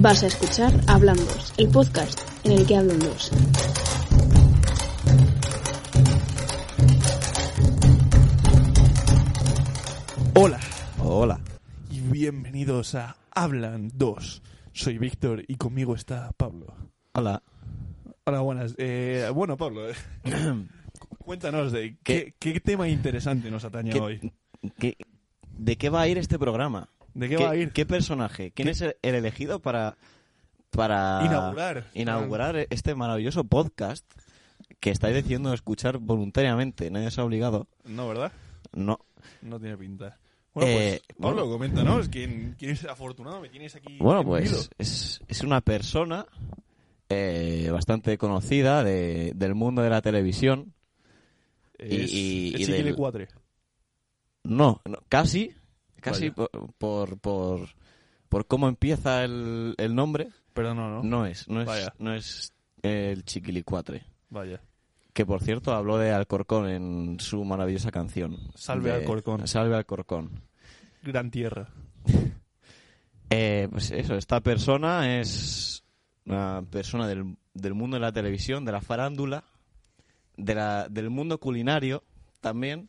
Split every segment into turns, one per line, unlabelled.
Vas a escuchar Hablamos, el podcast en el que hablan dos.
Hola
Hola.
y bienvenidos a Hablan 2. Soy Víctor y conmigo está Pablo.
Hola.
Hola, buenas. Eh, bueno, Pablo, eh, cuéntanos de qué, qué tema interesante nos atañe hoy.
¿Qué- ¿De qué va a ir este programa?
¿De qué, va a ir?
¿Qué personaje? ¿Quién
¿Qué?
es el el elegido para, para
Inaugurar.
inaugurar este maravilloso podcast que estáis decidiendo escuchar voluntariamente? Nadie os ha obligado.
No, ¿verdad?
No.
No tiene pinta. Bueno,
Eh,
pues, Pablo,
bueno.
coméntanos quién, quién es afortunado, me tienes aquí.
Bueno,
entendido.
pues es, es una persona eh, bastante conocida de- del mundo de la televisión. y-
Es,
y-
es
y
Chiquile
del-
Cuatre.
No, no, casi. Casi
Vaya.
por, por, por, por cómo empieza el, el nombre.
Perdón, no, no.
No es, no es,
Vaya.
no es eh, el Chiquilicuatre.
Vaya.
Que por cierto habló de Alcorcón en su maravillosa canción.
Salve
De-
Alcorcón.
Salve Alcorcón.
Gran tierra.
Eh, pues eso, esta persona es una persona del, del mundo de la televisión, de la farándula, de la- del mundo culinario también.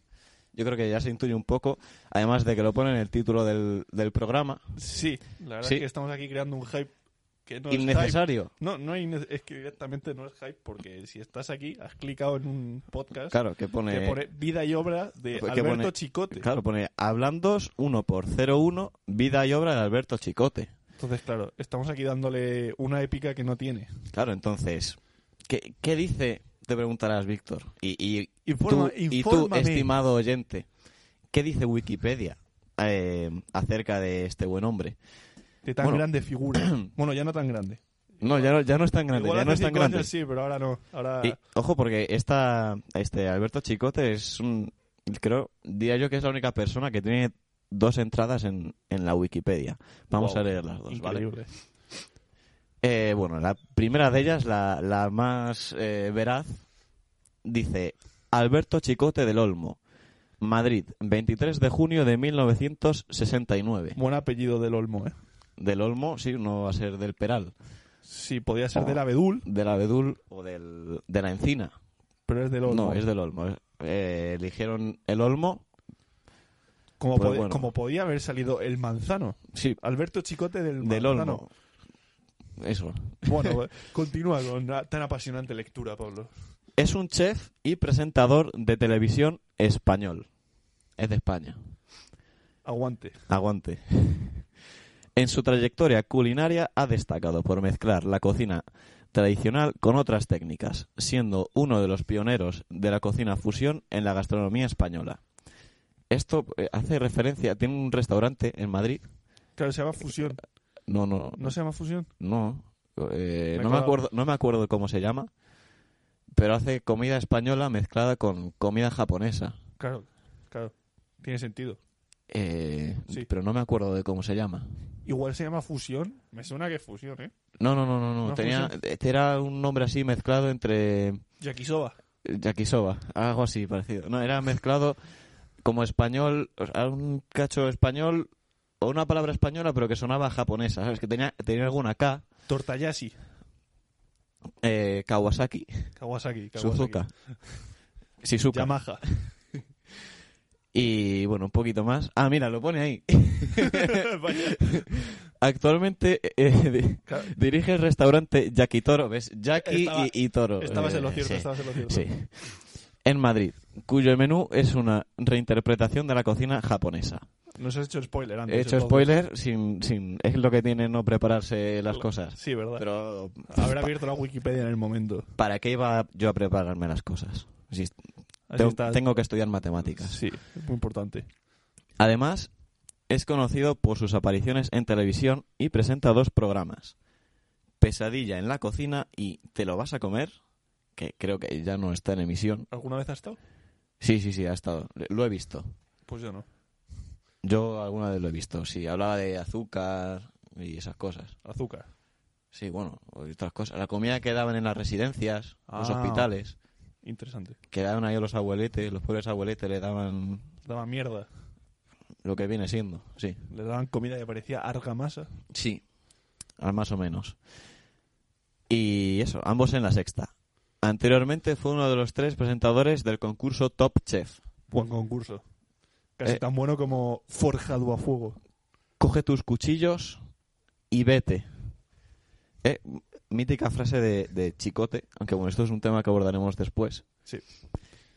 Yo creo que ya se intuye un poco, además de que lo pone en el título del, del programa.
Sí, la verdad
Sí.
es que estamos aquí creando un hype que no es hype.
Innecesario.
No, no hay ne- es que directamente no es hype porque si estás aquí has clicado en un podcast
Claro, que pone...
que pone vida y obra de
que
Alberto
pone-
Chicote.
Claro, pone Hablandos 1 por 01 vida y obra de Alberto Chicote.
Entonces, claro, estamos aquí dándole una épica que no tiene.
Claro, entonces, ¿qué, qué dice? Te preguntarás, Víctor. Y, y,
Informa-
tú, y tú,
infórmame.
estimado oyente, ¿qué dice Wikipedia eh, acerca de este buen hombre?
De tan
Bueno.
grande figura. bueno, ya no tan grande.
No, ya no, ya no es tan grande,
Igual
ya no
hace
es tan
cinco años
grande.
sí, pero ahora no. Ahora
Y, ojo, porque esta, este Alberto Chicote es un... Creo, diría yo que es la única persona que tiene dos entradas en, en la Wikipedia. Vamos
Wow,
a leer las dos, ¿vale?
increíble.
Eh, bueno, la primera de ellas, la, la más eh, veraz, dice Alberto Chicote del Olmo, Madrid, 23 de junio de 1969.
Buen apellido del Olmo, ¿eh?
Del Olmo, sí, no va a ser del Peral,
Sí, podía
Oh.
ser del Abedul,
del Abedul o del, de la Encina.
pero es del Olmo.
No, es del Olmo. Eh, eligieron el Olmo,
como,
pues
pode-
bueno.
como podía haber salido el Manzano.
sí,
Alberto Chicote del,
del
Manzano.
Olmo. Eso.
Bueno, eh, continúa con la tan apasionante lectura, Pablo.
Es un chef y presentador de televisión español. Es de España.
Aguante.
Aguante. En su trayectoria culinaria ha destacado por mezclar la cocina tradicional con otras técnicas, siendo uno de los pioneros de la cocina fusión en la gastronomía española. Esto eh, hace referencia, tiene un restaurante en Madrid.
Claro, se llama fusión.
No, no,
¿No se llama fusión?
no. eh,
Me
no, me
acordaba.
acuerdo, no me acuerdo cómo se llama, pero hace comida española mezclada con comida japonesa.
Claro, claro. Tiene sentido.
Eh,
Sí.
Pero no me acuerdo de cómo se llama.
Igual se llama fusión. Me suena que es fusión, ¿eh?
No, no, no, no, no.
¿No
Tenía, este era un nombre así mezclado entre
Yakisoba.
yakisoba, algo así parecido. No, era mezclado como español, o sea, un cacho español o una palabra española, pero que sonaba japonesa, ¿sabes? Que tenía, tenía alguna K,
Tortayashi.
eh, Kawasaki,
Kawasaki. Kawasaki.
Suzuka, Eh, Shizuka.
Yamaha.
Y bueno, un poquito más. Ah, mira, lo pone ahí.
Vaya.
Actualmente eh, di-
Claro.
dirige el restaurante Yakitoro, ¿ves? Yaki
Estaba-
y, y Toro.
Estabas en lo
Eh,
cierto,
sí.
estabas en lo cierto.
Sí. En Madrid, cuyo menú es una reinterpretación de la cocina japonesa.
Nos has hecho spoiler antes.
He hecho
entonces.
spoiler sin, sin... Es lo que tiene no prepararse las cosas.
Sí, ¿verdad?
Pero...
Habrá abierto la Wikipedia en el momento.
¿Para qué iba yo a prepararme las cosas? Si
Así
tengo,
está.
tengo que estudiar matemáticas.
Sí, es muy importante.
Además, es conocido por sus apariciones en televisión y presenta dos programas, Pesadilla en la cocina y Te lo vas a comer, que creo que ya no está en emisión.
¿Alguna vez has estado?
Sí, sí, sí, ha estado, lo he visto.
Pues yo no.
Yo alguna vez lo he visto, sí, hablaba de azúcar y esas cosas.
Azúcar.
Sí, bueno, y otras cosas. La comida que daban en las residencias, los
Ah.
hospitales,
Interesante.
que daban ahí a los abueletes, los pobres abueletes le daban
Daba mierda.
lo que viene siendo, sí.
Le daban comida que parecía argamasa.
Sí. Al más o menos. Y eso, ambos en la sexta. Anteriormente fue uno de los tres presentadores del concurso Top Chef.
Buen concurso. Casi
Eh.
tan bueno como forjado a fuego.
Coge tus cuchillos y vete. Eh, mítica frase de, de Chicote, aunque bueno, esto es un tema que abordaremos después.
Sí.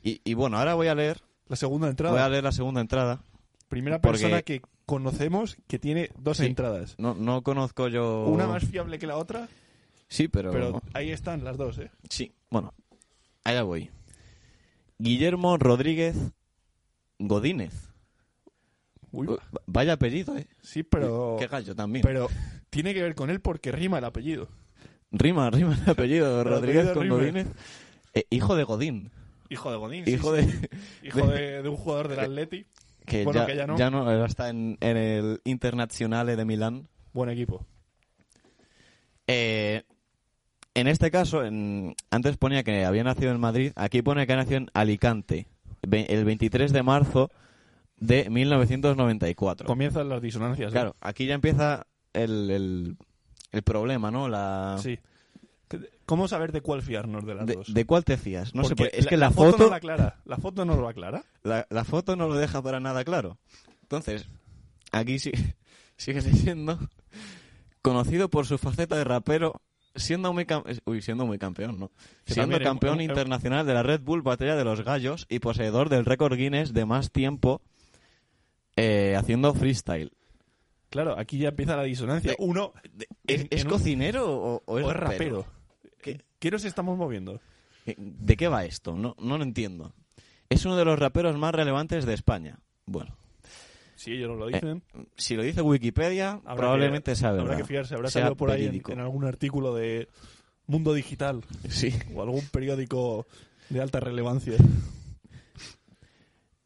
Y, y bueno, ahora voy a leer,
La segunda entrada.
voy a leer la segunda entrada.
Primera
porque-
persona que conocemos que tiene dos
Sí.
entradas.
No, no conozco yo.
Una más fiable que la otra,
Sí, pero.
pero ahí están las dos, ¿eh?
Sí, bueno, allá voy. Guillermo Rodríguez Godínez.
Uy, Oh.
Uh, Vaya apellido, ¿eh?
sí, pero,
Qué gallo también.
pero tiene que ver con él porque rima el apellido.
Rima, rima el apellido.
Pero
Rodríguez
apellido
con
rima.
Godínez. Eh, hijo de Godín.
Hijo de Godín.
hijo de...
hijo de, de un jugador del Atleti.
Que,
Bueno,
ya,
que ya no.
ahora está en, en el Internazionale de Milán.
Buen equipo.
Eh, en este caso, en- antes ponía que había nacido en Madrid. Aquí pone que nació en Alicante. ve- El 23 de marzo de 1994.
Comienzan las disonancias. ¿eh?
Claro, aquí ya empieza el, el- el problema, ¿no? La,
Sí. ¿Cómo saber de cuál fiarnos de las
de,
dos?
de cuál te fías? No sé,
Porque
por- es que la,
foto,
foto,
no la aclara. La foto no lo aclara.
la, la foto no lo deja para nada claro. Entonces, aquí sí, sigue leyendo. Conocido por su faceta de rapero, siendo muy, cam- uy, siendo muy campeón, ¿no?
Que
Siendo
también es-
campeón
es-
internacional de la Red Bull Batalla de los Gallos y poseedor del récord Guinness de más tiempo eh, haciendo freestyle.
Claro, aquí ya empieza la disonancia.
De-
Uno
¿Es,
En-
es
en un-
cocinero o, o
o
es
es rapero.
Pues
Eh,
¿Qué?
¿Qué nos estamos moviendo?
Eh, ¿De qué va esto? No, no lo entiendo. Es uno de los raperos más relevantes de España. Bueno,
Si ellos no lo dicen,
si lo dice Wikipedia,
habrá
Eh, probablemente
que,
sabe.
Habrá que fiarse, habrá salido por ahí en, en algún artículo de Mundo Digital
Sí.
o algún periódico de alta relevancia.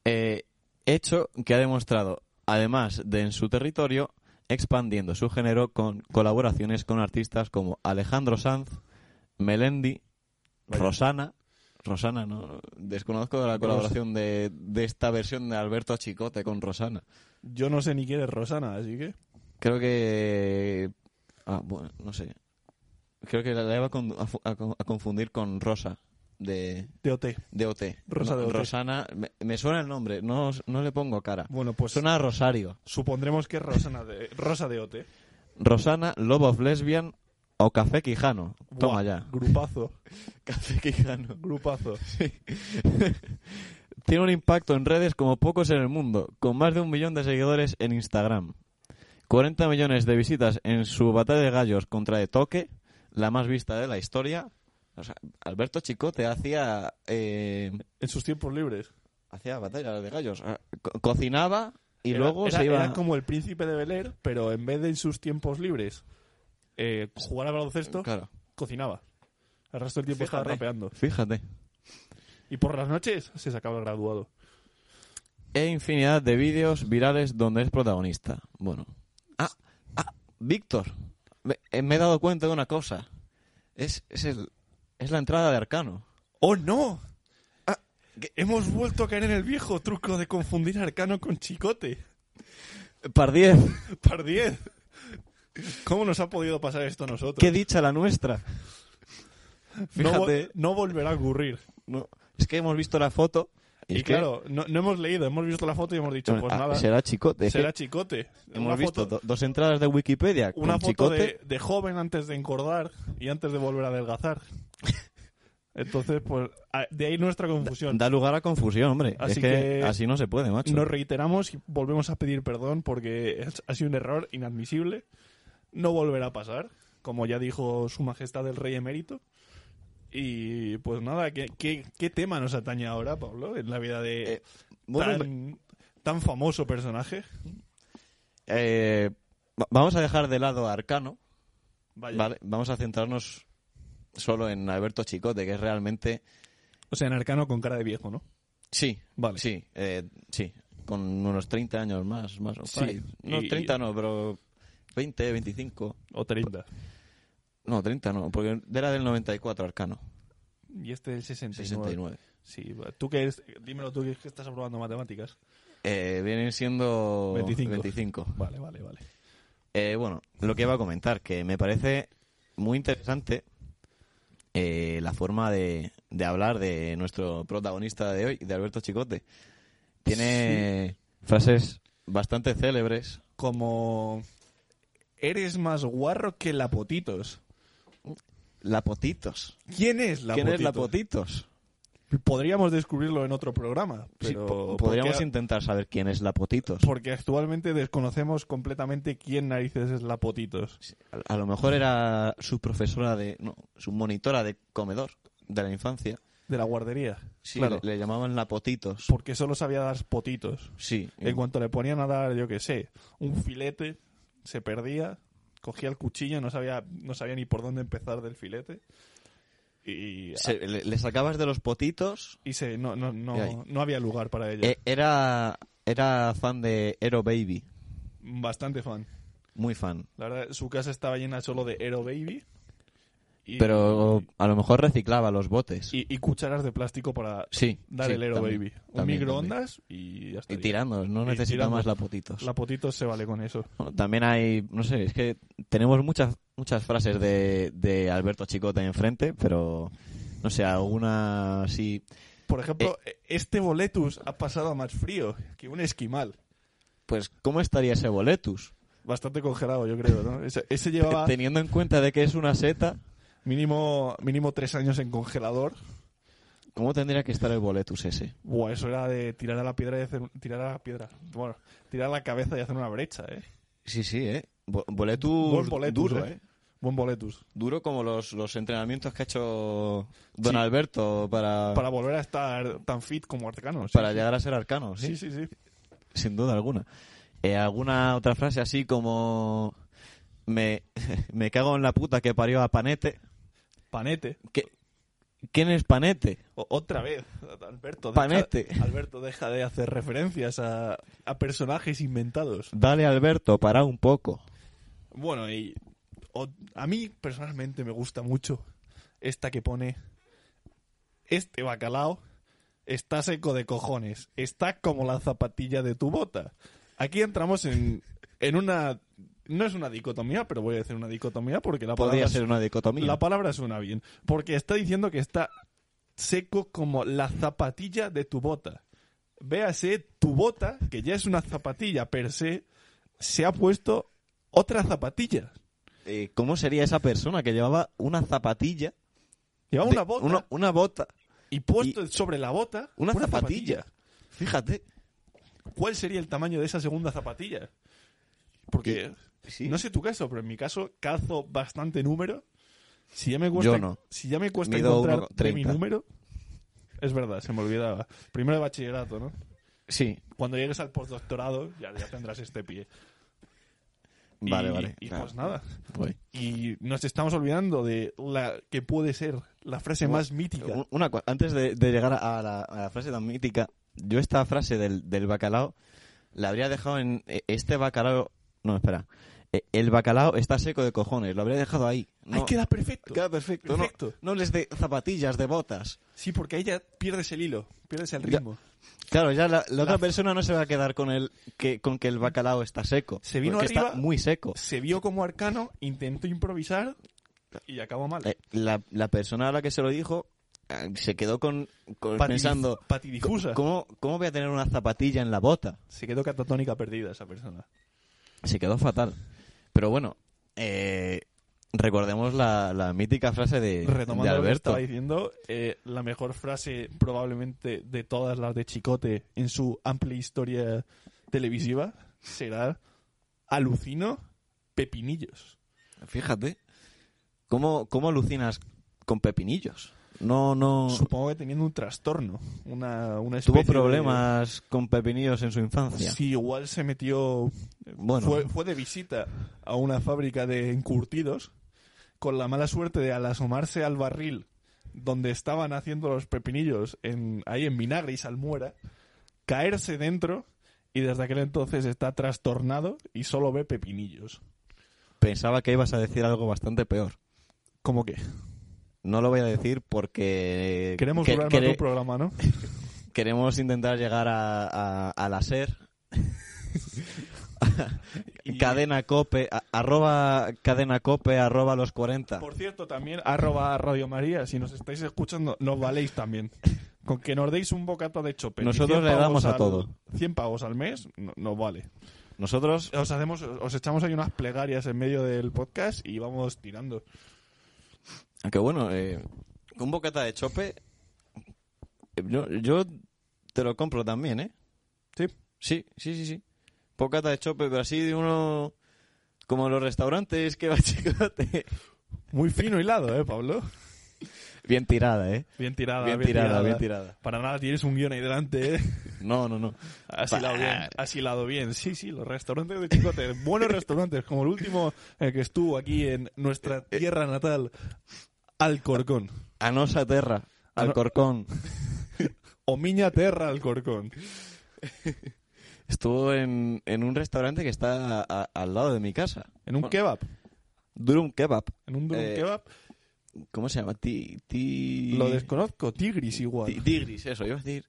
Eh, hecho que ha demostrado, además de en su territorio, expandiendo su género con colaboraciones con artistas como Alejandro Sanz, Melendi,
Vaya.
Rosana. Rosana, no desconozco la colaboración de, de esta versión de Alberto Chicote con Rosana.
Yo no sé ni quién es Rosana, así que.
Creo que. Ah, bueno, no sé. Creo que la la iba a, con- a fu- a con- a confundir con Rosa de,
TOT.
de OT.
Rosa
No,
de OT.
Rosana, me, me suena el nombre, no, os- no le pongo cara.
Bueno, pues
Suena a Rosario.
supondremos que es Rosana de, Rosa de OT.
Rosana, Love of Lesbian o Café Quijano.
Buah,
Toma ya.
Grupazo,
Café Quijano.
grupazo.
Tiene un impacto en redes como pocos en el mundo, con más de un millón de seguidores en Instagram. 40 millones de visitas en su batalla de gallos contra E De Toque, la más vista de la historia. O sea, Alberto Chicote hacía, eh,
En sus tiempos libres.
hacía batalla de gallos. Ah, co- cocinaba y
Era-
luego
era,
se iba...
era como el príncipe de Bel Air, pero en vez de en sus tiempos libres eh, jugar al baloncesto,
Claro,
cocinaba. El resto del tiempo estaba
Fíjate.
rapeando.
fíjate.
Y por las noches se sacaba el graduado.
E infinidad de vídeos virales donde es protagonista. Bueno. Ah, ah, Víctor. Me, eh, me he dado cuenta de una cosa. Es, es, el- es la entrada de Arcano.
¡Oh, no! Ah, Hemos vuelto a caer en el viejo truco de confundir Arcano con Chicote.
Pardiez,
Par 10. ¿Cómo nos ha podido pasar esto a nosotros?
qué dicha la nuestra.
No vo-
Fíjate,
no volverá a ocurrir.
no, es que hemos visto la foto.
Y,
es que-
claro, no, no hemos leído, hemos visto la foto y hemos dicho,
bueno,
pues
ah,
nada, será,
será chicote. es que
chicote.
hemos visto
foto,
do- dos entradas de Wikipedia
una
con
foto
chicote.
de, de joven antes de engordar y antes de volver a adelgazar. Entonces, pues, a- de ahí nuestra confusión.
Da lugar a confusión, hombre.
Así
es que,
que-
así no se puede, macho.
Nos reiteramos y volvemos a pedir perdón porque es- ha sido un error inadmisible. No volverá a pasar, como ya dijo su majestad el rey emérito. Y pues nada, ¿qué, qué, qué tema nos atañe ahora, Pablo, en la vida de
Eh, bueno,
tan, tan famoso personaje?
eh, va- vamos a dejar de lado a Arcano,
Vaya.
¿vale? Vamos a centrarnos solo en Alberto Chicote, que es realmente...
O sea, en Arcano con cara de viejo, ¿no?
Sí,
Vale.
sí, eh, sí, con unos 30 años más, más o
Sí,
por ahí. No,
y-
30 no, pero 20, 25...
O 30.
No, 30 no, porque era del 94 Arcano,
Y este del 69.
69.
Sí, va, tú que es, dímelo tú que es que estás aprobando matemáticas.
Eh, vienen siendo
25.
25.
Vale, vale, vale.
Eh, bueno, lo que iba a comentar, que me parece muy interesante eh, la forma de, de hablar de nuestro protagonista de hoy, de Alberto Chicote. Tiene frases bastante célebres.
Como eres más guarro que Lapotitos.
Lapotitos.
¿Quién es Lapotitos?
¿Quién es Lapotitos?
Podríamos descubrirlo en otro programa,
Sí,
pero
po- podríamos
porque,
intentar saber quién es Lapotitos.
porque actualmente desconocemos completamente quién narices es Lapotitos.
Sí, A, a lo mejor era su profesora de... No, su monitora de comedor de la infancia.
De la guardería.
Sí,
claro.
le, le llamaban Lapotitos.
Porque solo sabía dar potitos.
Sí.
En cuanto le ponían a dar, yo qué sé, un filete, se perdía, cogía el cuchillo, no sabía, no sabía ni por dónde empezar del filete. Y,
Se- le- le sacabas de los potitos
y se, no, no, no,
Y ahí.
no había lugar para ella.
Eh, era, era fan de Hero Baby,
Bastante fan.
muy fan.
La verdad, su casa estaba llena solo de Hero Baby. Y,
Pero a lo mejor reciclaba los botes.
y, y cucharas de plástico para
sí.
dar
sí,
el Hero
también,
Baby. Un
también,
microondas y ya
también.
está.
Y tirándolos, no
Y
necesita
tirando.
más lapotitos.
Lapotitos se vale con eso.
Bueno, también hay, no sé, es que tenemos muchas muchas frases de, de Alberto Chicote enfrente, pero no sé, alguna así.
Por ejemplo,
Eh,
este boletus ha pasado más frío que un esquimal.
Pues, ¿cómo estaría ese boletus? Eh,
Bastante congelado, yo creo, ¿no? Ese, ese llevaba
Teniendo en cuenta de que es una seta,
mínimo, mínimo tres años en congelador.
¿cómo tendría que estar el boletus ese?
Buah, eso era de tirar a la piedra y hacer... Tirar a la piedra. Bueno, tirar a la cabeza y hacer una brecha, ¿eh?
Sí, sí, ¿eh? Bo- boletus,
Buen boletus,
duro,
¿eh?
¿eh?
Buen boletus.
duro como los, los entrenamientos que ha hecho Don
Sí.
Alberto para,
Para volver a estar tan fit como Arcano. sí,
Ah. para
sí.
llegar a ser arcano,
Sí,
sí,
sí, sí.
sin duda alguna. Eh, ¿Alguna otra frase así como me, me cago en la puta que parió a Panete?
Panete.
¿Qué- ¿Quién es Panete?
O- otra vez, Alberto. deja-
Panete.
Alberto deja de hacer referencias a, a personajes inventados.
Dale Alberto, para un poco.
Bueno, y o- a mí personalmente me gusta mucho esta que pone este bacalao está seco de cojones, está como la zapatilla de tu bota. Aquí entramos en, en una no es una dicotomía, pero voy a decir una dicotomía porque la
Podría
palabra
ser una dicotomía.
la palabra suena bien, porque está diciendo que está seco como la zapatilla de tu bota. Véase, tu bota, que ya es una zapatilla per se, se ha puesto otra zapatilla.
Eh, ¿Cómo sería esa persona que llevaba una zapatilla?
Lleva
de-
una bota
una- una bota.
y puesto sobre la bota
Una, zapatilla. Fíjate.
¿Cuál sería el tamaño de esa segunda zapatilla? Porque
Sí.
no sé tu caso, pero en mi caso calzo bastante número. Si ya me cuesta,
Yo no.
si ya me cuesta
Mido
encontrar de mi
1,30.
número, es verdad, se me olvidaba. Primero de bachillerato, ¿no?
Sí.
cuando llegues al postdoctorado ya, ya tendrás este pie. Y-
Vale, vale.
Y
Nada,
pues nada.
voy.
Y nos estamos olvidando de la que puede ser la frase más mítica.
Un- Una, cua- antes de, de llegar a la, a la frase tan mítica, yo esta frase del, del bacalao la habría dejado en eh, este bacalao. No, espera. Eh, El bacalao está seco de cojones, lo habría dejado ahí.
Ay,
No,
queda perfecto.
queda perfecto. no-
perfecto.
No, les de zapatillas, de botas.
Sí, porque ahí ya pierdes el hilo, pierdes el
Ya.
ritmo.
Claro, ya la, la otra persona no se va a quedar con el que con que el bacalao está seco.
Se vino
porque está
arriba.
muy seco.
Se vio como arcano, intentó improvisar y acabó mal.
Eh, La, la persona a la que se lo dijo eh, se quedó con, con-
Patidif-
pensando
patidifusa.
¿cómo, ¿cómo voy a tener una zapatilla en la bota?
Se quedó catatónica perdida esa persona.
Se quedó fatal. Pero bueno, eh, recordemos la, la mítica frase de, de
Retomando lo que
Alberto.
estaba diciendo, eh, la mejor frase probablemente de todas las de Chicote en su amplia historia televisiva será alucino pepinillos.
Fíjate, ¿cómo, ¿cómo alucinas con pepinillos? No, no.
Supongo que teniendo un trastorno, una, una
Tuvo
especie de-
problemas con pepinillos en su infancia.
Sí, igual se metió.
Bueno.
Fue, fue de visita a una fábrica de encurtidos con la mala suerte de al asomarse al barril donde estaban haciendo los pepinillos en, ahí en vinagre y salmuera, caerse dentro y desde aquel entonces está trastornado y solo ve pepinillos.
Pensaba que ibas a decir algo bastante peor.
¿Cómo que?
No lo voy a decir porque
Queremos
Eh, que-
durar más
quere-
de un programa, ¿no?
queremos intentar llegar a, a, a la SER.
Y-
cadena cope, a- arroba cadena cope, arroba los 40.
Por cierto, también arroba Radio María, si nos estáis escuchando, nos valéis también. Con que nos deis un bocata de chope. y
Nosotros
100
le
pavos
damos a
al-
todo.
100 pavos al mes, no- nos vale.
Nosotros,
Os hacemos, os echamos ahí unas plegarias en medio del podcast y vamos tirando.
aunque bueno, eh, un bocata de chope, eh, yo, yo te lo compro también, ¿eh?
Sí.
Sí, sí, sí, sí. Bocata de chope, pero así de uno... Como los restaurantes que va chicote.
Muy fino hilado, ¿eh, Pablo?
Bien tirada, ¿eh?
Bien tirada,
bien, tirada, bien tirada.
Para nada tienes un guión ahí delante, ¿eh?
No, no, no.
Has hilado bien, has hilado bien. Sí, sí, los restaurantes de Chicote, buenos restaurantes, como el último eh, que estuvo aquí en
Eh,
nuestra tierra natal, Alcorcón.
Anosa Terra,
Ano-
Alcorcón.
O Miña Terra Alcorcón.
Estuvo en, en un restaurante que está a- a- al lado de mi casa.
En un
Bueno,
kebab.
Durum Kebab.
En un,
Eh,
kebab.
¿Cómo se llama? Ti, ti...
Lo desconozco. Tigris igual.
ti- Tigris, eso. Iba a decir...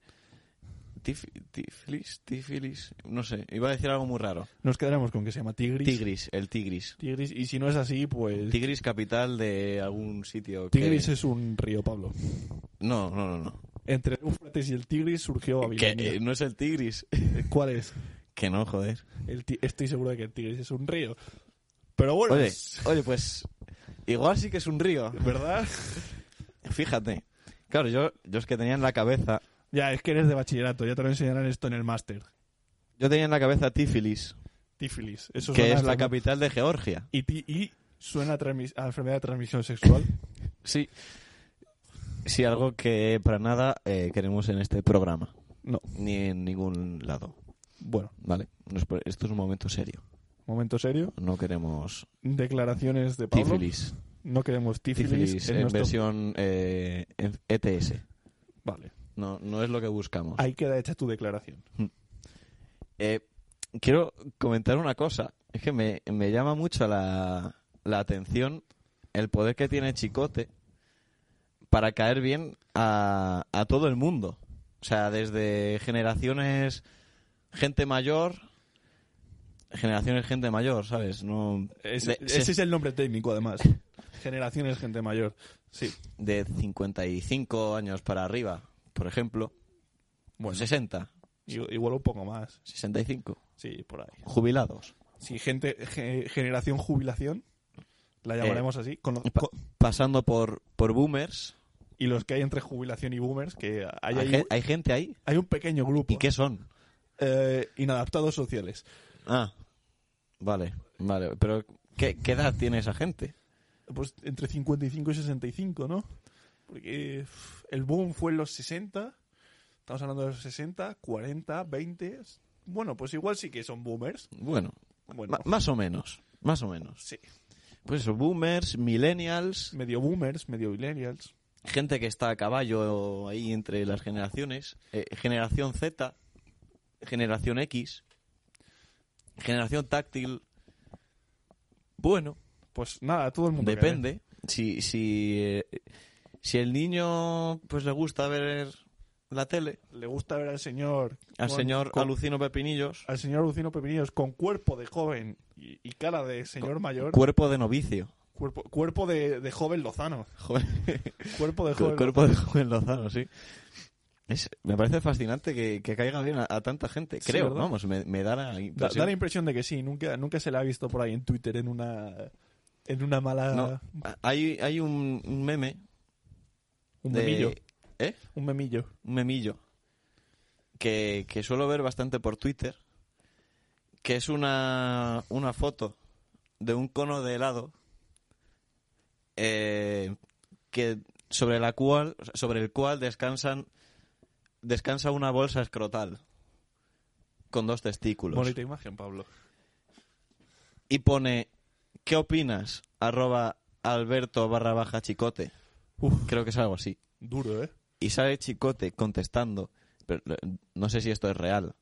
Tif- Tiflis, Tifilis... No sé. Iba a decir algo muy raro.
Nos quedaremos con que se llama Tigris.
Tigris, el Tigris.
Tigris, Y si no es así, pues...
Tigris capital de algún sitio que-
Tigris es un río, Pablo.
No, no, no, no.
Entre el Éufrates y el Tigris surgió
Que
Babilonia.
eh, no es el Tigris.
¿Cuál es?
que no, joder.
El ti- Estoy seguro de que el Tigris es un río. Pero bueno,
Oye,
es-
oye, pues... Igual sí que es un río.
¿verdad?
Fíjate. Claro, yo, yo es que tenía en la cabeza...
Ya, es que eres de bachillerato. Ya te lo enseñarán esto en el máster.
Yo tenía en la cabeza Tifilis,
Tífilis. Eso
que
suena
es
a
la
transmi-
capital de Georgia.
Y, ti- y suena a, transmis- a enfermedad de transmisión sexual.
Sí. Sí, algo que para nada eh, queremos en este programa,
No.
ni en ningún lado,
Bueno,
¿vale? Nos pre- esto es un momento serio.
momento serio.
No queremos
Declaraciones de Pablo.
Tifilis.
No queremos tífilis,
Tifilis
en
en
nuestro-
versión eh, en ETS.
Vale.
No, no es lo que buscamos.
Ahí queda hecha tu declaración.
Eh, quiero comentar una cosa. Es que me, me llama mucho la, la atención el poder que tiene Chicote para caer bien a, a todo el mundo. O sea, desde generaciones gente mayor, generaciones gente mayor, ¿sabes? No,
Ese,
de,
ese
se-
es el nombre técnico, además. Generaciones gente mayor. Sí.
de 55 años para arriba, por ejemplo.
Bueno,
60,
i- igual un poco más.
65.
Sí, por ahí.
Jubilados.
Sí, gente, ge- generación jubilación, la llamaremos así. con lo-
Eh, Pa-
co-
pasando por, por boomers.
y los que hay entre jubilación y boomers, que hay,
hay,
ahí-
gen- hay gente ahí.
hay un pequeño grupo.
¿Y qué son?
Eh, inadaptados sociales.
Ah, vale, vale. Pero, ¿qué, qué edad tiene esa gente?
Pues entre 55 y 65, ¿no? Porque uf, el boom fue en los 60. Estamos hablando de los 60, 40, 20. Bueno, pues igual sí que son boomers.
Bueno,
Bueno,
ma- más o menos, más o menos.
sí.
Pues eso, boomers, millennials,
Medio boomers, medio millennials.
gente que está a caballo ahí entre las generaciones, eh, generación Z, generación X, generación táctil. Bueno,
Pues nada, todo el mundo. que ve.
depende. Si, si, eh, si el niño pues le gusta ver la tele,
Le gusta ver al señor.
al
con-
señor
con-
Alucino Pepinillos,
al señor Lucino Pepinillos con cuerpo de joven y, y cara de señor mayor.
cuerpo de novicio.
cuerpo cuerpo de, de joven lozano.
Joven.
Cuerpo de
Cu-
joven.
cuerpo de joven Lozano, sí. Es- me parece fascinante que, que caiga bien a, a tanta gente.
Sí,
Creo,
¿verdad?
vamos, me, me da la
Da,
impresión.
da la impresión de que sí, nunca, nunca se le ha visto por ahí en Twitter en una en una mala
No, a- hay, hay un, un meme.
un
de-
memillo,
¿Eh?
un memillo.
Un memillo. Que, que suelo ver bastante por Twitter. Que es una, una foto de un cono de helado. eh, que sobre la cual sobre el cual descansan descansa una bolsa escrotal con dos testículos
Bonita imagen, Pablo.
y pone ¿qué opinas? arroba alberto barra baja chicote
Uf,
creo que es algo así
duro, ¿eh?
y sale chicote contestando pero eh, no sé si esto es real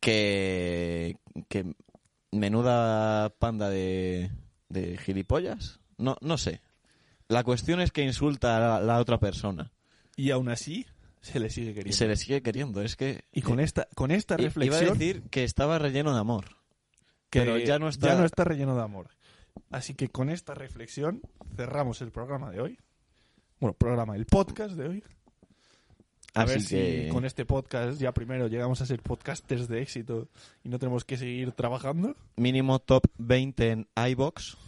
que que menuda panda de de gilipollas no no sé la cuestión es que insulta a la- la otra persona
Y aún así, se le sigue
Y
queriendo.
se le sigue queriendo, es que...
Y con esta, con esta
I-
reflexión,
Iba a decir que estaba relleno de amor.
que
pero ya no está-
relleno de amor. Así que con esta reflexión cerramos el programa de hoy. Bueno, programa, el podcast de hoy. A
Así
ver
que...
si con este podcast ya primero llegamos a ser podcasters de éxito y no tenemos que seguir trabajando.
Mínimo top 20 en iBox.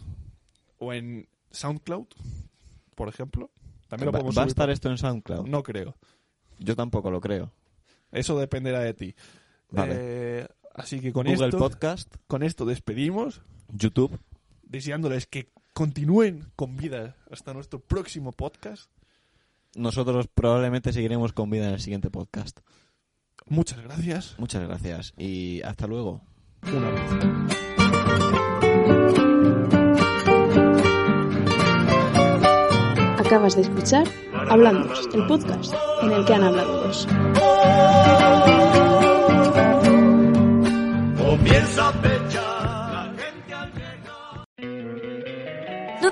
O en SoundCloud, por ejemplo. También lo
Va,
podemos
va a
subir,
estar
pero
esto en SoundCloud?
No creo.
Yo tampoco lo creo.
Eso dependerá de ti.
Vale.
Eh, así que con
Google
esto,
Podcast,
con esto despedimos,
YouTube.
deseándoles que continúen con vida hasta nuestro próximo podcast.
Nosotros probablemente seguiremos con vida en el siguiente podcast.
Muchas gracias.
Muchas gracias y hasta luego.
Un abrazo.
Acabas de escuchar Hablándonos, el podcast en el que han hablado dos.
¿No